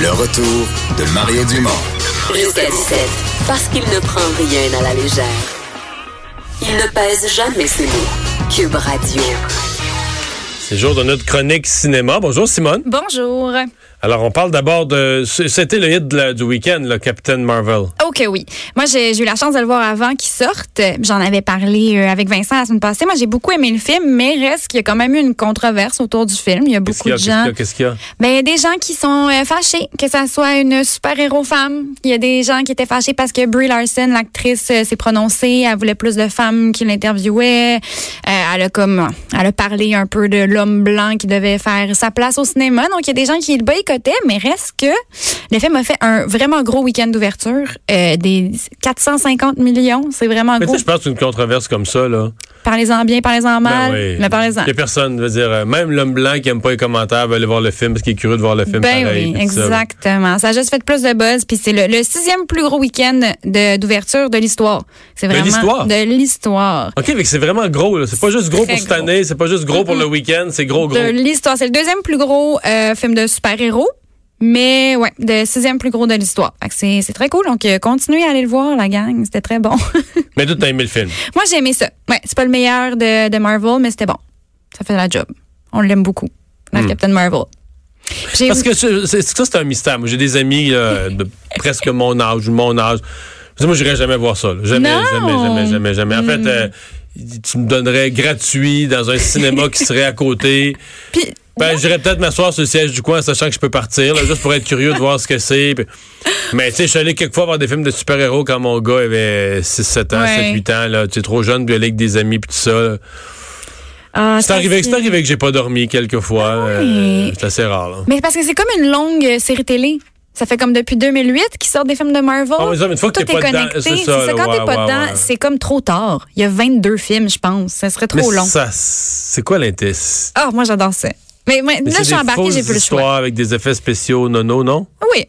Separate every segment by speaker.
Speaker 1: Le retour de Mario Dumont.
Speaker 2: Jusqu'à 17, parce qu'il ne prend rien à la légère. Il ne pèse jamais ses mots. Cube Radio.
Speaker 3: C'est le jour de notre chronique cinéma. Bonjour Simone.
Speaker 4: Bonjour.
Speaker 3: Alors on parle d'abord de... c- C'était le hit de la- du week-end, le Captain Marvel.
Speaker 4: Ok, oui. Moi, j'ai j'ai eu la chance de le voir avant qu'il sorte. J'en avais parlé euh, avec Vincent la semaine passée. Moi, j'ai beaucoup aimé le film, mais reste qu'il y a quand même eu une controverse autour du film. Il y a
Speaker 3: Qu'est-ce
Speaker 4: beaucoup
Speaker 3: qu'il y a?
Speaker 4: de gens.
Speaker 3: Qu'est-ce qu'il y a?
Speaker 4: Ben, des gens qui sont euh, fâchés, que ça soit une super-héros femme. Il y a des gens qui étaient fâchés parce que Brie Larson, l'actrice, euh, s'est prononcée. Elle voulait plus de femmes qui l'interviewaient. Euh, elle a comme, elle a parlé un peu de l'homme blanc qui devait faire sa place au cinéma. Donc, il y a des gens qui le boycottaient, mais reste que le film a fait un vraiment gros week-end d'ouverture. euh, des 450 millions. C'est vraiment
Speaker 3: Mais tu
Speaker 4: gros.
Speaker 3: sais, je pense qu'une controverse comme ça, là... Ben
Speaker 4: Parlez-en bien, parlez-en mal.
Speaker 3: oui.
Speaker 4: Mais parlez-en.
Speaker 3: Il y a personne, je veux dire, euh, même l'homme blanc qui aime pas les commentaires va aller voir le film parce qu'il est curieux de voir le film.
Speaker 4: Ben
Speaker 3: pareil,
Speaker 4: oui,
Speaker 3: puis tout ça.
Speaker 4: exactement. Ça a juste fait plus de buzz, puis c'est le, le sixième plus gros week-end de- d'ouverture de l'histoire. C'est
Speaker 3: De
Speaker 4: vraiment
Speaker 3: l'histoire?
Speaker 4: de l'histoire.
Speaker 3: OK, mais c'est vraiment gros. là. C'est pas juste gros
Speaker 4: Très
Speaker 3: pour cette
Speaker 4: gros.
Speaker 3: année, c'est pas juste gros pour le week-end, c'est gros, gros.
Speaker 4: De l'histoire, c'est le deuxième plus gros euh, film de super-héros, mais ouais, le sixième plus gros de l'histoire. Fait que C'est c'est très cool. Donc euh, continuez à aller le voir, la gang. C'était très bon.
Speaker 3: Mais tout t'as aimé le film.
Speaker 4: Moi j'ai aimé ça. Ouais, c'est pas le meilleur de, de Marvel, mais c'était bon. Ça fait la job. On l'aime beaucoup. dans Captain Marvel. J'ai-
Speaker 3: Hmm. Parce que je- c'est- ça, c'est un mystère. Moi, j'ai des amis là, de presque mon âge ou mon âge. Je dis, Moi, j'irais jamais voir ça. là. Jamais,
Speaker 4: Non. Hmm.
Speaker 3: jamais, jamais, jamais, jamais. En fait, euh, y- tu me donnerais gratuit dans un cinéma qui serait à côté.
Speaker 4: Puis-
Speaker 3: Ben, j'irais peut-être m'asseoir sur le siège du coin, en sachant que je peux partir, là, juste pour être curieux de voir ce que c'est. Puis- Mais tu sais, je suis allé quelquefois voir des films de super-héros quand mon gars avait 6-7 ans,
Speaker 4: Ouais.
Speaker 3: 7-8 ans. Là. Tu es trop jeune, puis aller avec des amis, puis tout ça. là.
Speaker 4: Ah,
Speaker 3: C'est
Speaker 4: ça, Ah
Speaker 3: arrivé, c'est arrivé que j'ai pas dormi quelquefois. euh, c'est assez rare. Là.
Speaker 4: Mais parce que c'est comme une longue euh, série télé. Ça fait comme depuis 2008 qu'ils sortent des films de Marvel.
Speaker 3: Ah, mais ça, mais une fois que
Speaker 4: Tout
Speaker 3: t'es
Speaker 4: est
Speaker 3: pas dedans,
Speaker 4: connecté.
Speaker 3: c'est ça,
Speaker 4: C'est ça,
Speaker 3: là,
Speaker 4: quand
Speaker 3: ouais,
Speaker 4: t'es pas
Speaker 3: ouais,
Speaker 4: dedans,
Speaker 3: ouais.
Speaker 4: c'est comme trop tard. Il y a 22 films, je pense. Ça serait trop
Speaker 3: Mais
Speaker 4: long.
Speaker 3: ça, c'est quoi l'intérêt?
Speaker 4: Ah, moi, j'adore ça. Mais, moi,
Speaker 3: Mais
Speaker 4: là,
Speaker 3: c'est
Speaker 4: je suis
Speaker 3: des
Speaker 4: embarquée,
Speaker 3: fausses
Speaker 4: j'ai plus le choix.
Speaker 3: histoires avec des effets spéciaux, non, non, non?
Speaker 4: Oui.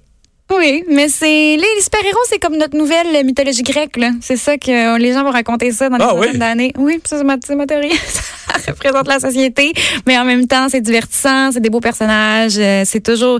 Speaker 4: Oui, mais c'est les, les super-héros, c'est comme notre nouvelle mythologie grecque. là. C'est ça que euh, les gens vont raconter ça dans les
Speaker 3: Ah
Speaker 4: prochaines
Speaker 3: oui?
Speaker 4: années. Oui, puis ça, c'est ma, c'est ma théorie. ça représente la société, mais en même temps, c'est divertissant, c'est des beaux personnages, euh, c'est toujours...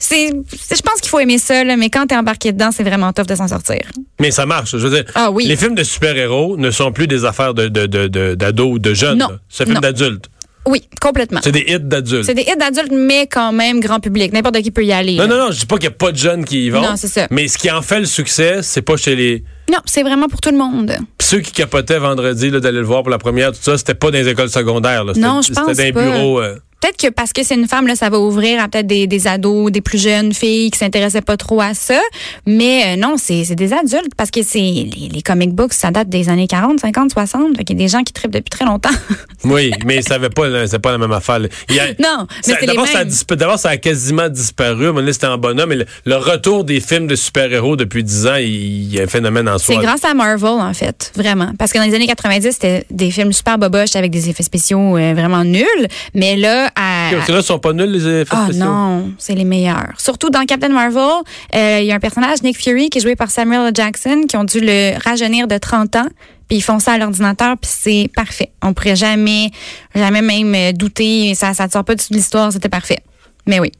Speaker 4: c'est c'est- Je pense qu'il faut aimer ça, là, mais quand t'es embarqué dedans, c'est vraiment tough de s'en sortir.
Speaker 3: Mais ça marche. Je veux dire,
Speaker 4: Ah oui.
Speaker 3: les films de super-héros ne sont plus des affaires de, de, de, de- d'ados ou de jeunes.
Speaker 4: Non.
Speaker 3: là. C'est des films
Speaker 4: Non.
Speaker 3: d'adultes.
Speaker 4: Oui, complètement.
Speaker 3: C'est des hits d'adultes.
Speaker 4: C'est des hits d'adultes, mais quand même grand public. N'importe qui peut y aller.
Speaker 3: Non,
Speaker 4: là.
Speaker 3: non, non, je dis pas qu'il n'y a pas de jeunes qui y vont.
Speaker 4: Non, c'est ça.
Speaker 3: Mais ce qui en fait le succès, c'est pas chez les.
Speaker 4: Non, c'est vraiment pour tout le monde.
Speaker 3: Puis ceux qui capotaient vendredi là, d'aller le voir pour la première, tout ça, c'était pas dans les écoles secondaires. Là. C'était-
Speaker 4: Non, je pense
Speaker 3: C'était dans
Speaker 4: pas.
Speaker 3: les bureaux. euh,
Speaker 4: Peut-être que parce que c'est une femme, là, ça va ouvrir à peut-être des, des ados, des plus jeunes filles qui s'intéressaient pas trop à ça. Mais euh, non, c'est c'est des adultes parce que c'est les, les comic books, ça date des années 40, 50, 60. Fait qu'il y a des gens qui trippent depuis très longtemps.
Speaker 3: Oui, mais ça avait pas, c'est pas la même affaire. là. Il y a-
Speaker 4: Non, mais
Speaker 3: ça-
Speaker 4: c'est les
Speaker 3: d'abord, ça a
Speaker 4: mêmes.
Speaker 3: dispa- D'abord, ça a quasiment disparu. À un moment donné, c'était en bonhomme. Mais le, le retour des films de super-héros depuis 10 ans, il y a un phénomène en soi.
Speaker 4: c'est grâce à Marvel, en fait, vraiment. Parce que dans les années 90, c'était des films super boboches avec des effets spéciaux euh, vraiment nuls. Mais là, à,
Speaker 3: Parce que là, ils sont pas nuls, les effets
Speaker 4: Ah
Speaker 3: spéciaux.
Speaker 4: non, c'est les meilleurs. Surtout dans Captain Marvel, euh, il y a un personnage, Nick Fury, qui est joué par Samuel L. Jackson, qui ont dû le rajeunir de 30 ans. Puis ils font ça à l'ordinateur, puis c'est parfait. On pourrait jamais, jamais même euh, douter. Ça ne sort pas du tout de l'histoire, c'était parfait. Mais oui.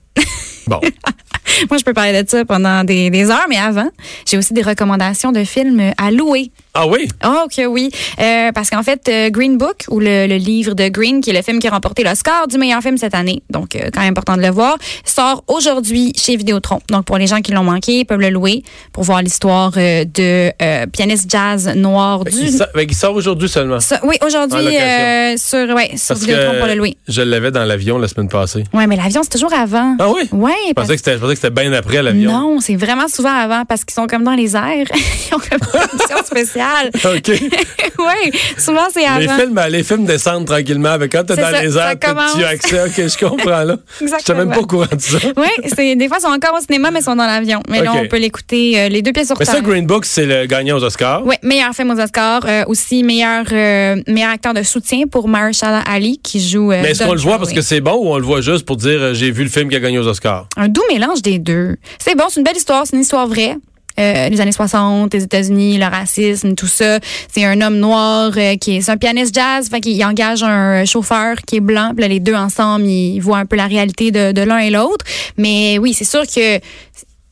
Speaker 3: Bon.
Speaker 4: Moi, je peux parler de ça pendant des, des heures, mais avant, j'ai aussi des recommandations de films à louer.
Speaker 3: Ah oui?
Speaker 4: Oh que oui, Euh, parce qu'en fait, euh, Green Book, ou le, le livre de Green, qui est le film qui a remporté le score du meilleur film cette année, donc euh, quand même important de le voir, sort aujourd'hui chez Vidéotron. Donc pour les gens qui l'ont manqué, ils peuvent le louer pour voir l'histoire euh, de euh, pianiste jazz noir du...
Speaker 3: Il, sort, fait qu'il sort aujourd'hui seulement.
Speaker 4: Ça- oui,
Speaker 3: En
Speaker 4: aujourd'hui,
Speaker 3: location.
Speaker 4: euh, sur, ouais, sur
Speaker 3: Parce
Speaker 4: Vidéotron pour le
Speaker 3: que
Speaker 4: louer.
Speaker 3: je l'avais dans l'avion la semaine passée.
Speaker 4: Oui, mais l'avion, c'est toujours avant.
Speaker 3: Ah oui?
Speaker 4: Ouais,
Speaker 3: Je
Speaker 4: parce
Speaker 3: pensais que c'était, je pensais que c'était bien après l'avion.
Speaker 4: Non, c'est vraiment souvent avant parce qu'ils sont comme dans les airs. Ils ont comme une émission spéciale. Montréal.
Speaker 3: OK.
Speaker 4: oui, souvent c'est
Speaker 3: Les
Speaker 4: avant.
Speaker 3: films, ben, les films descendent tranquillement, mais quand t'es
Speaker 4: C'est
Speaker 3: dans
Speaker 4: ça,
Speaker 3: les
Speaker 4: ça
Speaker 3: airs, puis
Speaker 4: commence.
Speaker 3: tu as accès. OK, je comprends, là. Je suis même pas au courant de ça.
Speaker 4: Oui, c'est des fois ils sont encore au cinéma mais ils sont dans l'avion. Mais là
Speaker 3: OK.
Speaker 4: on peut l'écouter euh, les deux pièces sur
Speaker 3: Mais ça,
Speaker 4: terre.
Speaker 3: Green Book, c'est le gagnant aux Oscars.
Speaker 4: Oui, meilleur film aux Oscars, euh, aussi meilleur euh, meilleur acteur de soutien pour Mahershala Ali qui joue. euh,
Speaker 3: Mais Ben, est-ce qu'on
Speaker 4: Don
Speaker 3: le voit parce que
Speaker 4: Cheadle.
Speaker 3: c'est bon ou on le voit juste pour dire euh, j'ai vu le film qui a gagné aux Oscars?
Speaker 4: un doux mélange des deux. C'est bon, c'est une belle histoire, c'est une histoire vraie. Euh, les années 60, les États-Unis, le racisme, tout ça. C'est un homme noir euh, qui est, c'est un pianiste jazz, fait qu'il engage un chauffeur qui est blanc. Puis là, les deux ensemble, ils voient un peu la réalité de, de l'un et l'autre. Mais oui, c'est sûr que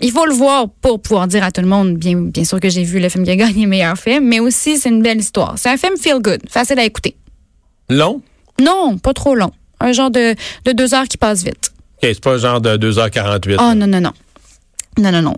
Speaker 4: il faut le voir pour pouvoir dire à tout le monde, bien, bien sûr que j'ai vu le film qui a gagné meilleur film, mais aussi c'est une belle histoire. C'est un film feel good, facile à écouter.
Speaker 3: Long?
Speaker 4: Non, pas trop long. Un genre de, de deux heures qui passe vite.
Speaker 3: OK, c'est pas un genre de 2h48.
Speaker 4: Oh non, non, non. Non, non, non.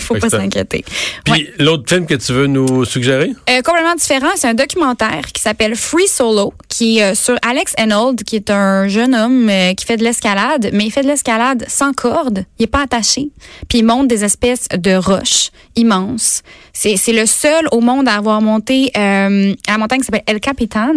Speaker 4: Faut
Speaker 3: Fait
Speaker 4: pas
Speaker 3: que c'est-
Speaker 4: s'inquiéter.
Speaker 3: Puis
Speaker 4: Ouais.
Speaker 3: l'autre film que tu veux nous suggérer?
Speaker 4: Euh, complètement différent, c'est un documentaire qui s'appelle Free Solo, qui est euh, sur Alex Enold, qui est un jeune homme euh, qui fait de l'escalade, mais il fait de l'escalade sans corde. Il est pas attaché. Puis il monte des espèces de roches immenses. C'est c'est le seul au monde à avoir monté euh, à la montagne qui s'appelle El Capitan.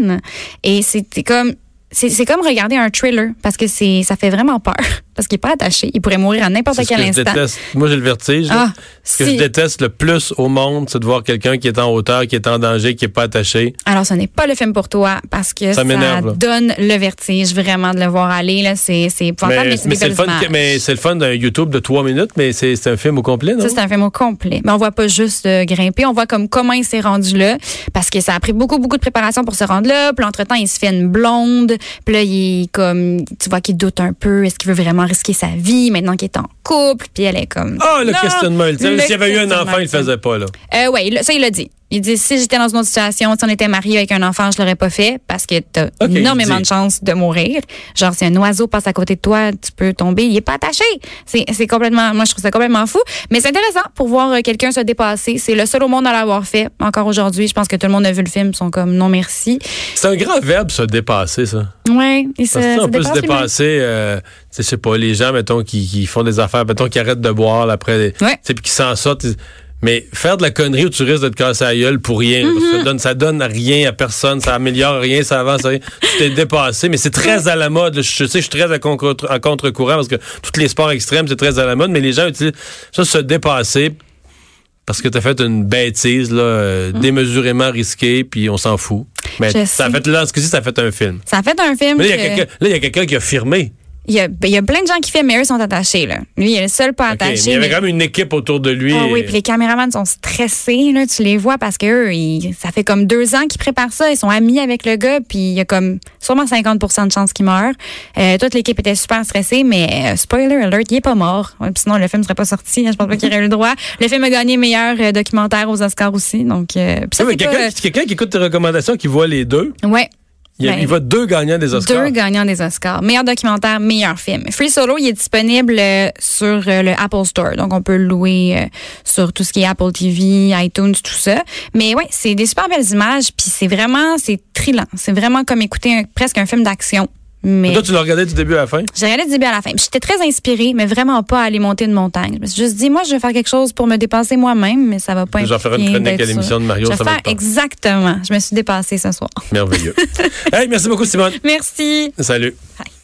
Speaker 4: Et c'était comme c'est c'est comme regarder un thriller parce que c'est ça fait vraiment peur parce qu'il est pas attaché. Il pourrait mourir à n'importe
Speaker 3: C'est ce
Speaker 4: quel
Speaker 3: que je
Speaker 4: instant.
Speaker 3: déteste. Moi, j'ai le vertige. là.
Speaker 4: Ah,
Speaker 3: ce que je
Speaker 4: si.
Speaker 3: déteste le plus au monde, c'est de voir quelqu'un qui est en hauteur, qui est en danger, qui n'est pas attaché.
Speaker 4: Alors, ce n'est pas le film pour toi parce que
Speaker 3: Ça
Speaker 4: ça,
Speaker 3: m'énerve, là.
Speaker 4: donne le vertige vraiment de le voir aller. Là, c'est c'est épouvantable,
Speaker 3: mais
Speaker 4: mais
Speaker 3: mais c'est
Speaker 4: des
Speaker 3: le fun,
Speaker 4: belles
Speaker 3: que- mais
Speaker 4: images.
Speaker 3: c'est le fun d'un YouTube de trois minutes, mais c'est c'est un film au complet, non?
Speaker 4: Ça, c'est un film au complet. Mais on voit pas juste euh, grimper, on voit comme comment il s'est rendu là, parce que ça a pris beaucoup, beaucoup de préparation pour se rendre là. Puis entre-temps, il se fait une blonde. Puis là, il est comme, tu vois qu'il doute un peu. Est-ce qu'il veut vraiment risquer sa vie maintenant qu'il est en couple? Puis elle est comme...
Speaker 3: Ah, le
Speaker 4: Non,
Speaker 3: questionnement ultime.
Speaker 4: le
Speaker 3: S'il y avait eu un
Speaker 4: questionnement
Speaker 3: enfant, il le
Speaker 4: ultime.
Speaker 3: faisait pas, là.
Speaker 4: Euh, oui, ça, il l'a dit. Il dit si j'étais dans une autre situation, si on était marié avec un enfant, je l'aurais pas fait parce que t'as
Speaker 3: Ok, il
Speaker 4: énormément
Speaker 3: dit.
Speaker 4: de chances de mourir. Genre, si un oiseau passe à côté de toi, tu peux tomber, il est pas attaché. C'est c'est complètement, moi, je trouve ça complètement fou. Mais c'est intéressant pour voir euh, quelqu'un se dépasser. C'est le seul au monde à l'avoir fait. Encore aujourd'hui, je pense que tout le monde a vu le film, ils sont comme non merci.
Speaker 3: C'est un grand verbe, se dépasser, ça.
Speaker 4: Ouais, il se,
Speaker 3: Parce que ça,
Speaker 4: se
Speaker 3: on peut se
Speaker 4: dépasse lui-même.
Speaker 3: dépasser, euh, tu sais, je sais pas, les gens, mettons, qui, qui font des affaires, mettons, qui arrêtent de boire là, après, tu sais, puis qui s'en sortent. ils- Mais faire de la connerie où tu risques de te casser la gueule pour rien, parce
Speaker 4: Mm-hmm.
Speaker 3: que ça, donne, ça donne rien à personne, ça améliore rien, ça avance rien. Tu t'es dépassé, mais c'est très à la mode. Je, je sais, je suis très à, contre, à contre-courant parce que tous les sports extrêmes, c'est très à la mode, mais les gens utilisent ça, se dépasser parce que t'as fait une bêtise, là, euh, démesurément risquée, puis on s'en fout. Mais
Speaker 4: Mm. Je
Speaker 3: ça a
Speaker 4: sais.
Speaker 3: fait, là, en ce cas-ci, ça a fait un film.
Speaker 4: Ça fait un film.
Speaker 3: Mais là, il y
Speaker 4: que-
Speaker 3: a quelqu'un- là, il y a quelqu'un qui a firmé.
Speaker 4: il y, a, ben, il y a plein de gens qui filment, mais eux sont attachés. Là. Lui, il est le seul pas
Speaker 3: OK, mais
Speaker 4: attaché.
Speaker 3: il y avait
Speaker 4: mais-
Speaker 3: quand même une équipe autour de lui.
Speaker 4: Ah oui, puis les caméramans sont stressés, là, tu les vois parce que eux, ils- ça fait comme deux ans qu'ils préparent ça, ils sont amis avec le gars, puis il y a comme sûrement 50 de chances qu'il meure. Euh, toute l'équipe était super stressée, mais euh, spoiler alert, il est pas mort. Ouais, puis sinon, le film serait pas sorti, hein, je pense pas qu'il aurait eu le droit. Le film a gagné meilleur euh, documentaire aux Oscars aussi, donc euh, puis ça,
Speaker 3: Ah Oui, mais
Speaker 4: c'est pas,
Speaker 3: quelqu'un qui, quelqu'un qui écoute tes recommandations, qui voit les deux,
Speaker 4: euh, ouais.
Speaker 3: il, y a-
Speaker 4: Ben,
Speaker 3: il voit deux gagnants des Oscars.
Speaker 4: Deux gagnants des Oscars. Meilleur documentaire, meilleur film. Free Solo, il est disponible euh, sur euh, le Apple Store. Donc, on peut le louer euh, sur tout ce qui est Apple TV, iTunes, tout ça. Mais ouais, c'est des super belles images. Puis c'est vraiment, c'est trillant. C'est vraiment comme écouter un- presque un film d'action. Mais
Speaker 3: Mais Toi, tu l'as regardé du début à la fin.
Speaker 4: j'ai regardé du début à la fin. Puis J'étais très inspirée, mais vraiment pas à aller monter une montagne. Je me suis juste dit, moi, je vais faire quelque chose pour me dépasser moi-même, mais ça va pas
Speaker 3: Je vais faire une
Speaker 4: impliquer
Speaker 3: chronique à
Speaker 4: d'être
Speaker 3: l'émission
Speaker 4: sur-
Speaker 3: de Mario,
Speaker 4: Je vais
Speaker 3: ça va
Speaker 4: faire
Speaker 3: être pas.
Speaker 4: exactement. Je me suis dépassée ce soir.
Speaker 3: Merveilleux. hey, merci beaucoup, Simone.
Speaker 4: Merci.
Speaker 3: Salut.
Speaker 4: Bye.